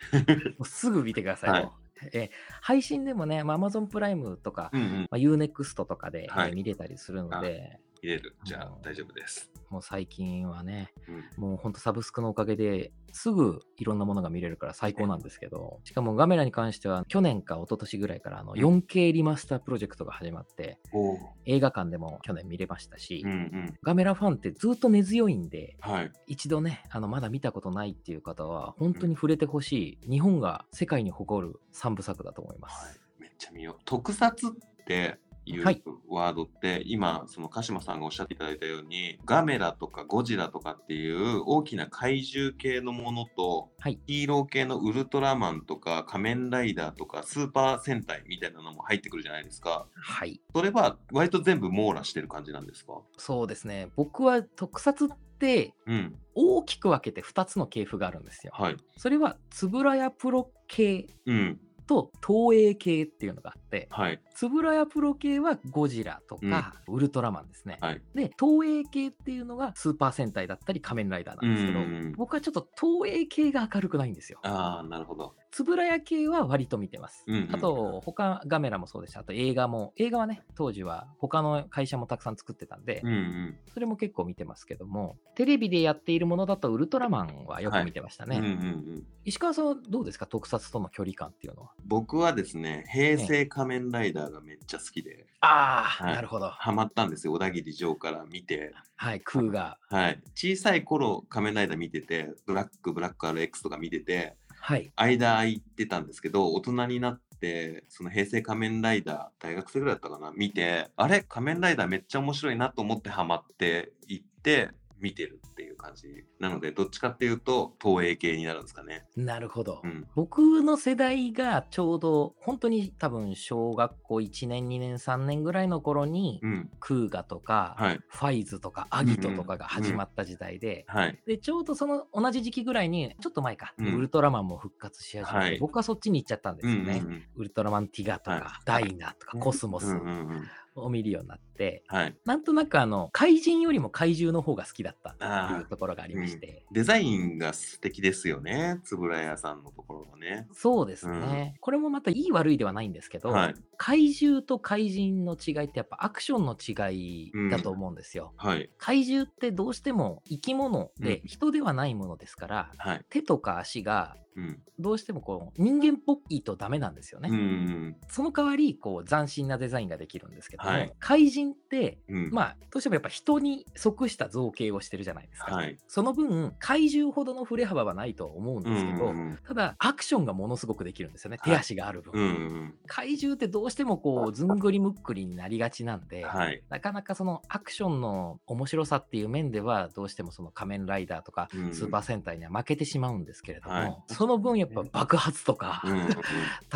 Speaker 2: もうすぐ見てください。
Speaker 1: はい
Speaker 2: もうえー配信でもね、まあ、Amazon プライムとか、
Speaker 1: うんうん。
Speaker 2: まあ、UNEXT とかで、
Speaker 1: はい
Speaker 2: えー見れたりするので、
Speaker 1: 入れる。じゃ
Speaker 2: あ
Speaker 1: あ
Speaker 2: のー
Speaker 1: 大丈夫です。
Speaker 2: もう最近はね、
Speaker 1: うん
Speaker 2: もうほんとサブスクのおかげですぐいろんなものが見れるから最高なんですけど、しかもガメラに関しては去年か一昨年ぐらいからあの
Speaker 1: ん
Speaker 2: 4K リマスタープロジェクトが始まって、
Speaker 1: おう
Speaker 2: 映画館でも去年見れましたし、
Speaker 1: うんうん。
Speaker 2: ガメラファンってずっと根強いんで、
Speaker 1: はい。
Speaker 2: 一度ね、あのまだ見たことないっていう方は、本当に触れてほしい、日本が世界に誇る3部作だと思います。
Speaker 1: めっちゃ見よう。特撮っていう
Speaker 2: はい
Speaker 1: ワードって、今その鹿島さんがおっしゃっていただいたようにガメラとかゴジラとかっていう大きな怪獣系のものと、
Speaker 2: はい
Speaker 1: ヒーロー系のウルトラマンとか仮面ライダーとかスーパー戦隊みたいなのも入ってくるじゃないですか。
Speaker 2: はい
Speaker 1: それは割と全部網羅してる感じなんですか
Speaker 2: そうですね僕は特撮って
Speaker 1: うん。
Speaker 2: 大きく分けて2つの系譜があるんですよ。
Speaker 1: はい。
Speaker 2: それは円谷プロ系
Speaker 1: うん。
Speaker 2: と東映系っていうのがあって
Speaker 1: はい。
Speaker 2: 円谷プロ系はゴジラとかウルトラマンですね。
Speaker 1: はい。
Speaker 2: で東映系っていうのがスーパー戦隊だったり仮面ライダーなんですけど、
Speaker 1: うんうんうん
Speaker 2: 僕はちょっと東映系が明るくないんですよ。
Speaker 1: ああ、なるほど。
Speaker 2: 円谷系は割と見てます。
Speaker 1: うんうん
Speaker 2: あと他ガメラもそうでしたあと映画も映画はね当時は他の会社もたくさん作ってたんで、
Speaker 1: うんうん。
Speaker 2: それも結構見てますけども、テレビでやっているものだとウルトラマンはよ
Speaker 1: は
Speaker 2: く
Speaker 1: い
Speaker 2: 見てましたね。
Speaker 1: うんうんうん。
Speaker 2: 石川さんはどうですか、特撮との距離感っていうのは。
Speaker 1: 僕はですね、平成仮面ライダーがめっちゃ好きで、
Speaker 2: ああ、
Speaker 1: はい
Speaker 2: なるほど。
Speaker 1: ハマったんですよ、小田切城から見て。
Speaker 2: はい、空が。
Speaker 1: はい。小さい頃、仮面ライダー見てて、ブラック、ブラック RX とか見てて、
Speaker 2: はい。
Speaker 1: 間空いてたんですけど、大人になって、その平成仮面ライダー、大学生ぐらいだったかな、見て、あれ仮面ライダーめっちゃ面白いなと思ってハマっていって、見てるっていう感じ。なので、どっちかっていうと、東映系になるんですかね。
Speaker 2: なるほど。
Speaker 1: うん。
Speaker 2: 僕の世代がちょうど本当に多分小学校1年2年3年ぐらいの頃に
Speaker 1: うん。
Speaker 2: 空ガとか、
Speaker 1: はい。
Speaker 2: ファイズとかアギトとかが始まった時代で、
Speaker 1: はい。
Speaker 2: でちょうどその同じ時期ぐらいにちょっと前か、
Speaker 1: うん
Speaker 2: ウルトラマンも復活し始めて、
Speaker 1: はい
Speaker 2: 僕はそっちに行っちゃったんですよね。
Speaker 1: うんうんうん
Speaker 2: ウルトラマンティガとか、
Speaker 1: は
Speaker 2: ダイナとか、コスモス、
Speaker 1: うんうんうん
Speaker 2: を見るようになって、
Speaker 1: はい。
Speaker 2: なんとなくあの、怪人よりも怪獣の方が好きだったってい
Speaker 1: あ
Speaker 2: う
Speaker 1: あ、
Speaker 2: ところがありまして。
Speaker 1: デザインが素敵ですよね。円谷さんのところはね。
Speaker 2: そうですね、これもまたいい悪いではないんですけど、
Speaker 1: はい。
Speaker 2: 怪獣と怪人の違いってやっぱアクションの違いだと思うんですよ。
Speaker 1: はい。
Speaker 2: 怪獣ってどうしても生き物で
Speaker 1: うん
Speaker 2: 人ではないものですから、
Speaker 1: はい。
Speaker 2: 手とか足が
Speaker 1: うん。
Speaker 2: どうしてもこう人間っぽいとダメなんですよね。
Speaker 1: うん。
Speaker 2: その代わりこう斬新なデザインができるんですけども、
Speaker 1: はい
Speaker 2: 怪人って
Speaker 1: うん。
Speaker 2: まあどうしてもやっぱ人に即した造形をしてるじゃないですか。
Speaker 1: はい。
Speaker 2: その分怪獣ほどの振れ幅はないとは思うん
Speaker 1: う
Speaker 2: ですけど、
Speaker 1: ん。
Speaker 2: ただアクションがものすごくできるんですよね
Speaker 1: はい
Speaker 2: 手足がある分。
Speaker 1: うん。
Speaker 2: 怪獣ってどうしてもこうずんぐりむっくりになりがちなんで、
Speaker 1: はい。
Speaker 2: なかなかそのアクションの面白さっていう面ではどうしてもその仮面ライダーとか
Speaker 1: うん
Speaker 2: スーパー戦隊には負けてしまうんですけれども、
Speaker 1: はい
Speaker 2: その分やっぱ爆発とか、
Speaker 1: うん。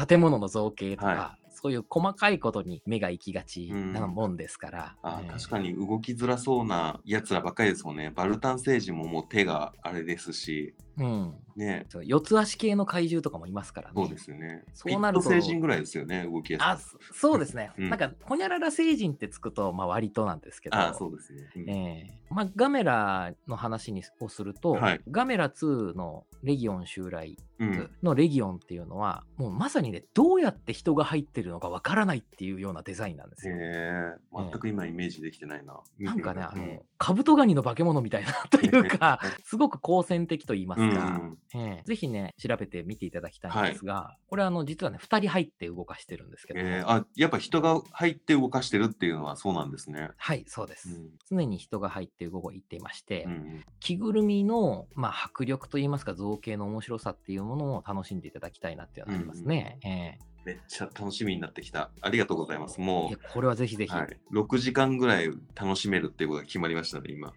Speaker 2: 建物の造形とか、
Speaker 1: は
Speaker 2: そういう細かいことに目が行きがちなもんですから、
Speaker 1: あ
Speaker 2: え
Speaker 1: ー
Speaker 2: ー
Speaker 1: 確かに動きづらそうなやつらばっかりですもんね。バルタン星人ももう手があれですし、
Speaker 2: うん、
Speaker 1: ね、
Speaker 2: そう四つ足系の怪獣とかもいますからね
Speaker 1: そうですよね。
Speaker 2: そうなると
Speaker 1: ピット星人ぐらいですよね、動きやすい。
Speaker 2: あそそうですね、
Speaker 1: うん
Speaker 2: なんかほにゃらら星人ってつくと、まあ、割となんですけど
Speaker 1: あーそうですね。うん
Speaker 2: ええまあ、ガメラの話にをすると、
Speaker 1: はい
Speaker 2: ガメラ2のレギオン襲来
Speaker 1: うん。
Speaker 2: のレギオンっていうのは、もうまさにね、どうやって人が入ってるのかわからないっていうようなデザインなんです
Speaker 1: へ
Speaker 2: よ。
Speaker 1: え、全く今イメージできてないな。
Speaker 2: なんかね、あ
Speaker 1: う
Speaker 2: の、カブトガニの化け物みたいなという か
Speaker 1: ね、
Speaker 2: すごく好戦的と言います
Speaker 1: うん
Speaker 2: か、ええぜひね、調べてみていただきたいんですが、これあの、実はね、2人入って動かしてるんですけど、
Speaker 1: えーあやっぱ人が入って動かしてるっていうのはそうなんですね。
Speaker 2: はい、そうです。
Speaker 1: うん
Speaker 2: 常に人が入って動いていまして、
Speaker 1: うん
Speaker 2: 着ぐるみの、まあ、迫力といいますか造形の面白さっていうものを楽しんでいただきたいなっていうのがありますね。え
Speaker 1: めっちゃ楽しみになってきた。ありがとうございます。も
Speaker 2: えいやこれはぜひぜ
Speaker 1: う、
Speaker 2: ひ、
Speaker 1: はい、6時間ぐらい楽しめるっていうことが決まりましたね、今。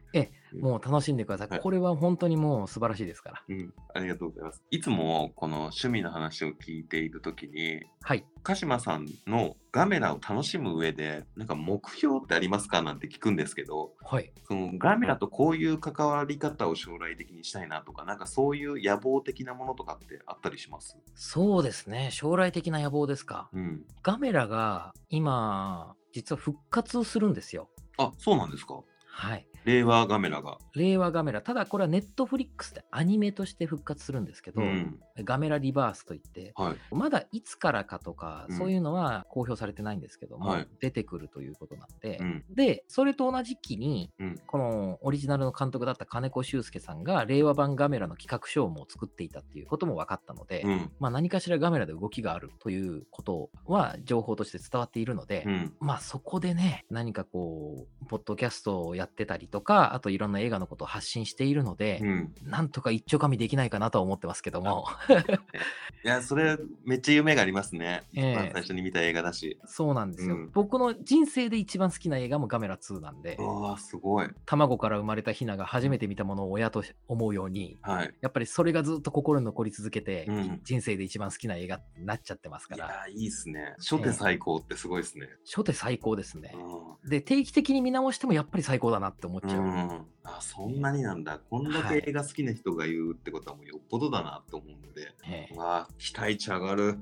Speaker 2: もう楽しんでください、
Speaker 1: はい
Speaker 2: これは本当にもう素晴らしいですから。
Speaker 1: うん、ありがとうございます。いつもこの趣味の話を聞いているときに、
Speaker 2: はい。
Speaker 1: 鹿島さんのガメラを楽しむ上で、なんか目標ってありますかなんて聞くんですけど、
Speaker 2: はい。
Speaker 1: そのガメラとこういう関わり方を将来的にしたいなとか、なんかそういう野望的なものとかってあったりします
Speaker 2: そうですね。将来的な野望ですか。
Speaker 1: うん。
Speaker 2: ガメラが今、実は復活するんですよ。
Speaker 1: あ、そうなんですか。
Speaker 2: はい。
Speaker 1: 令和ガメラが。
Speaker 2: 令和ガメラ。ただこれはネットフリックスでアニメとして復活するんですけど、
Speaker 1: うん。
Speaker 2: ガメラリバースといって、
Speaker 1: はい。
Speaker 2: まだいつからかとか、
Speaker 1: うん
Speaker 2: そういうのは公表されてないんですけども、
Speaker 1: はい
Speaker 2: 出てくるということなんで、
Speaker 1: うん。
Speaker 2: で、それと同じ期に、
Speaker 1: うん。
Speaker 2: このオリジナルの監督だった金子修介さんが、令和版ガメラの企画書をも作っていたっていうことも分かったので、
Speaker 1: うん。
Speaker 2: まあ、何かしらガメラで動きがあるということは情報として伝わっているので、
Speaker 1: うん。
Speaker 2: まあそこでね、何かこう、ポッドキャストをやってたりとか、あといろんな映画のことを発信しているので、
Speaker 1: うん。
Speaker 2: なんとか一丁紙できないかなとは思ってますけども、
Speaker 1: いや、それ、めっちゃ夢がありますね。一
Speaker 2: ええ
Speaker 1: 番最初に見た映画だし。
Speaker 2: そうなんですよ、
Speaker 1: うん
Speaker 2: 僕の人生で一番好きな映画もガメラ2なんで
Speaker 1: う、わあ、すごい。
Speaker 2: 卵から生まれたヒナが初めて見たものを親と思うように、
Speaker 1: はい。
Speaker 2: やっぱりそれがずっと心に残り続けて、
Speaker 1: うん
Speaker 2: 人生で一番好きな映画になっちゃってますか
Speaker 1: い
Speaker 2: ら、
Speaker 1: やー、いいっすね。初手最高ってすごいっすね。
Speaker 2: 初手最高ですね
Speaker 1: う。ん。
Speaker 2: で、定期的に見直してもやっぱり最高だなって思っ
Speaker 1: う
Speaker 2: ちゃう。
Speaker 1: ん、あそんなになんだ、こんだ
Speaker 2: はい
Speaker 1: け映画好きな人が言うってことはもうよっぽどだなと思うので、
Speaker 2: ええ
Speaker 1: うわあ期待値上が る、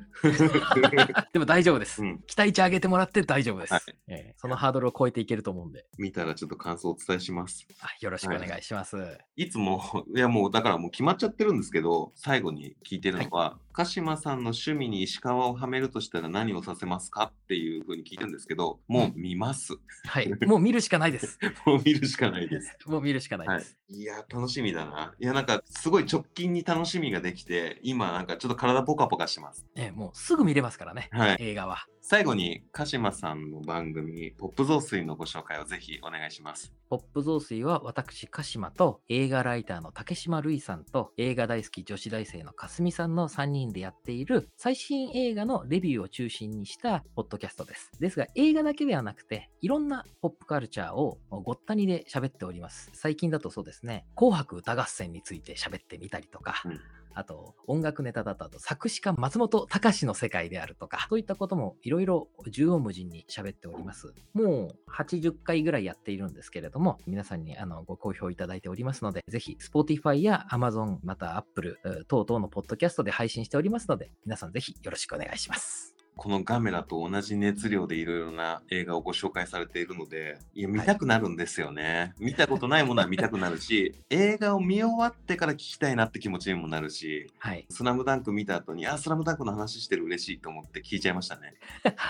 Speaker 2: でも大丈夫です。
Speaker 1: うん、
Speaker 2: 期待値上げてもらって大丈夫です、
Speaker 1: はい
Speaker 2: ええそのハードルを超えていけると思うんで、
Speaker 1: 見たらちょっと感想をお伝えします
Speaker 2: あよろしくお願いします。
Speaker 1: いつも、いやもうだからもう決まっちゃってるんですけど、最後に聞いてるのは、鹿島さんの趣味に石川をはめるとしたら何をさせますかっていうふうに聞いてるんですけど、もう見ます。
Speaker 2: はい。もう見るしかないです。
Speaker 1: もう見るしかないです。
Speaker 2: もう見るしかない
Speaker 1: は
Speaker 2: で
Speaker 1: い
Speaker 2: す。、
Speaker 1: いや楽しみだないやなんかすごい直近に楽しみができて今なんかちょっと体ポカポカします
Speaker 2: ええもうすぐ見れますからね、
Speaker 1: はい
Speaker 2: 映画は。
Speaker 1: 最後に鹿島さんの番組「ポップ増水」のご紹介をぜひお願いします
Speaker 2: ポップ増水は私、鹿島と映画ライターの竹島るいさんと映画大好き女子大生のかすみさんの3人でやっている最新映画のレビューを中心にしたポッドキャストです。ですが映画だけではなくていろんなポップカルチャーをごったにで喋っております。最近だとそうですね、紅白歌合戦について喋ってみたりとか、
Speaker 1: うん
Speaker 2: あと音楽ネタだったと作詞家松本隆の世界であるとか、そういったこともいろいろ縦横無尽に喋っております。もう80回ぐらいやっているんですけれども、皆さんにあのご好評いただいておりますので、ぜひ Spotify や Amazon、また Apple えー等々のポッドキャストで配信しておりますので、皆さんぜひよろしくお願いします。
Speaker 3: このガメラと同じ熱量でいろいろな映画をご紹介されているので、いや、見たくなるんですよね。見たことないものは見たくなるし、映画を見終わってから聞きたいなって気持ちにもなるし、
Speaker 2: はい。
Speaker 3: スラムダンク見た後に、あ、スラムダンクの話してる嬉しいと思って聞いちゃいましたね。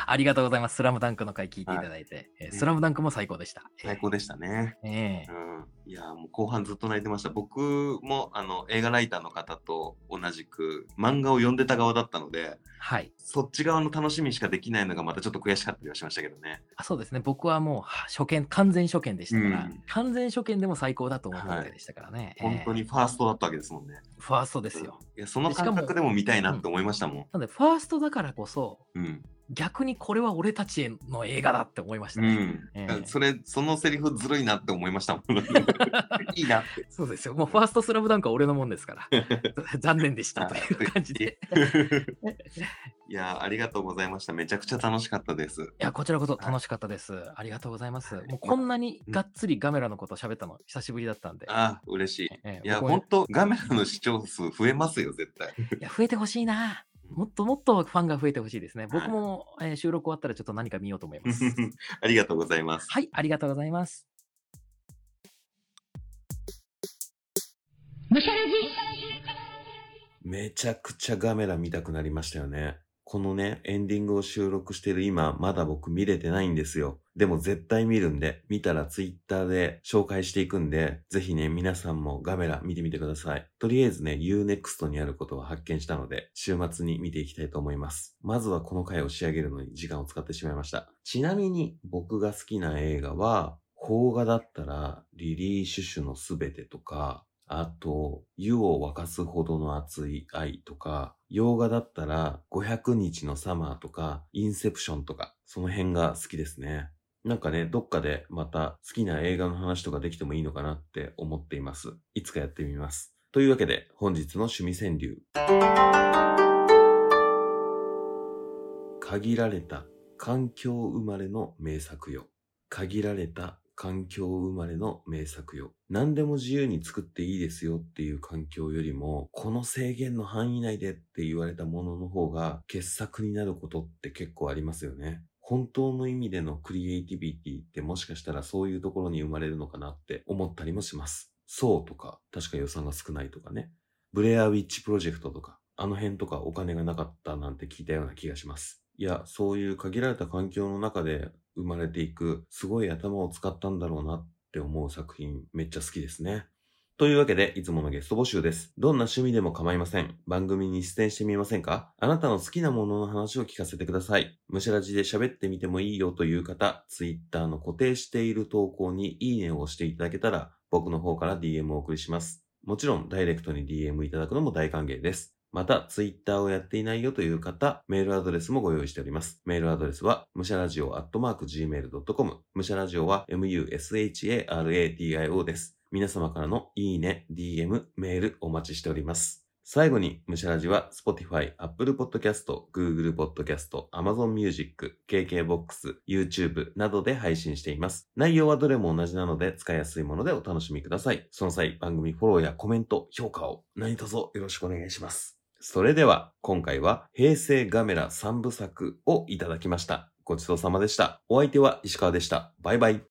Speaker 2: ありがとうございます。スラムダンクの回聞いていただいて、えースラムダンクも最高でした。
Speaker 3: 最高でしたね。
Speaker 2: えーえー
Speaker 3: うん、いやーもう後半ずっと泣いてました僕もあの映画ライターの方と同じく漫画を読んでた側だったので
Speaker 2: はい
Speaker 3: そっち側の楽しみしかできないのがまたちょっと悔しかったりはしましたけどね
Speaker 2: あ。そうですね。僕はもうは初見、完全初見でしたから、
Speaker 3: うん
Speaker 2: 完全初見でも最高だと思ったわけでしたからね。
Speaker 3: 本当に
Speaker 2: え
Speaker 3: ファーストだったわけですもんね、
Speaker 2: ーファーストですよ。
Speaker 3: うんいやその感覚でも見たいなって思いましたもん
Speaker 2: なので、ファーストだからこそ、
Speaker 3: うん、
Speaker 2: 逆にこれは俺たちへの映画だって思いました
Speaker 3: う
Speaker 2: ね。
Speaker 3: ん
Speaker 2: ええ
Speaker 3: だからそれそのセリフずるいなって思いましたも んいいなって
Speaker 2: そうですよ。もうファーストスラムダンクは俺のもんですから。 残念でしたという感じで。
Speaker 3: いやーありがとうございましためちゃくちゃ楽しかったです
Speaker 2: いや、こちらこそ
Speaker 3: い
Speaker 2: 楽しかったです。ありがとうございます。
Speaker 3: はい
Speaker 2: もうこんなにがっつりガメラのこと喋ったの久しぶりだったんで。
Speaker 3: あー嬉しい
Speaker 2: ええ
Speaker 3: いや
Speaker 2: 僕も
Speaker 3: 本当ガメラの視聴数増えますよ絶 対
Speaker 2: いや増えてほしいな。もっともっとファンが増えてほしいですね。僕も、えー収録終わったらちょっと何か見ようと思います。
Speaker 3: ありがとうございます。
Speaker 2: はい、ありがとうございます。
Speaker 4: むしゃらじ
Speaker 3: めちゃくちゃガメラ見たくなりましたよね。このね、エンディングを収録してる今、まだ僕見れてないんですよ。でも絶対見るんで、見たらツイッターで紹介していくんで、ぜひね、皆さんもガメラ見てみてください。とりあえずね、Unext にあることを発見したので、週末に見ていきたいと思います。まずはこの回を仕上げるのに時間を使ってしまいました。ちなみに、僕が好きな映画は、邦画だったら、リリー・シュシュのすべてとか、あと、湯を沸かすほどの熱い愛とか、洋画だったら、500日のサマーとか、インセプションとか、その辺が好きですね。なんかね、どっかでまた好きな映画の話とかできてもいいのかなって思っています。いつかやってみます。というわけで、本日の趣味川柳。限られた環境生まれの名作よ。限られた環境生まれの名作よ。何でも自由に作っていいですよっていう環境よりも、この制限の範囲内でって言われたものの方が傑作になることって結構ありますよね。本当の意味でのクリエイティビティってもしかしたらそういうところに生まれるのかなって思ったりもします。そうとか、確か予算が少ないとかね。ブレアウィッチプロジェクトとか、あの辺とかお金がなかったなんて聞いたような気がします。いや、そういう限られた環境の中で生まれていく、すごい頭を使ったんだろうなって思う作品、めっちゃ好きですね。というわけで、いつものゲスト募集です。どんな趣味でも構いません。番組に出演してみませんかあなたの好きなものの話を聞かせてください。むしゃらじで喋ってみてもいいよという方、Twitter の固定している投稿にいいねを押していただけたら、僕の方から DM をお送りします。もちろん、ダイレクトに DM いただくのも大歓迎です。また、ツイッターをやっていないよという方、メールアドレスもご用意しております。メールアドレスは、むしゃらじお gmail.com。むしゃらじおは musharadio です。皆様からのいいね、DM、メールお待ちしております。最後に、むしゃらじは、Spotify、Apple Podcast、Google Podcast、Amazon Music、KKBOX、YouTube などで配信しています。内容はどれも同じなので、使いやすいものでお楽しみください。その際、番組フォローやコメント、評価を何卒よろしくお願いします。それでは、今回は、平成ガメラ3部作をいただきました。ごちそうさまでした。お相手は石川でした。バイバイ。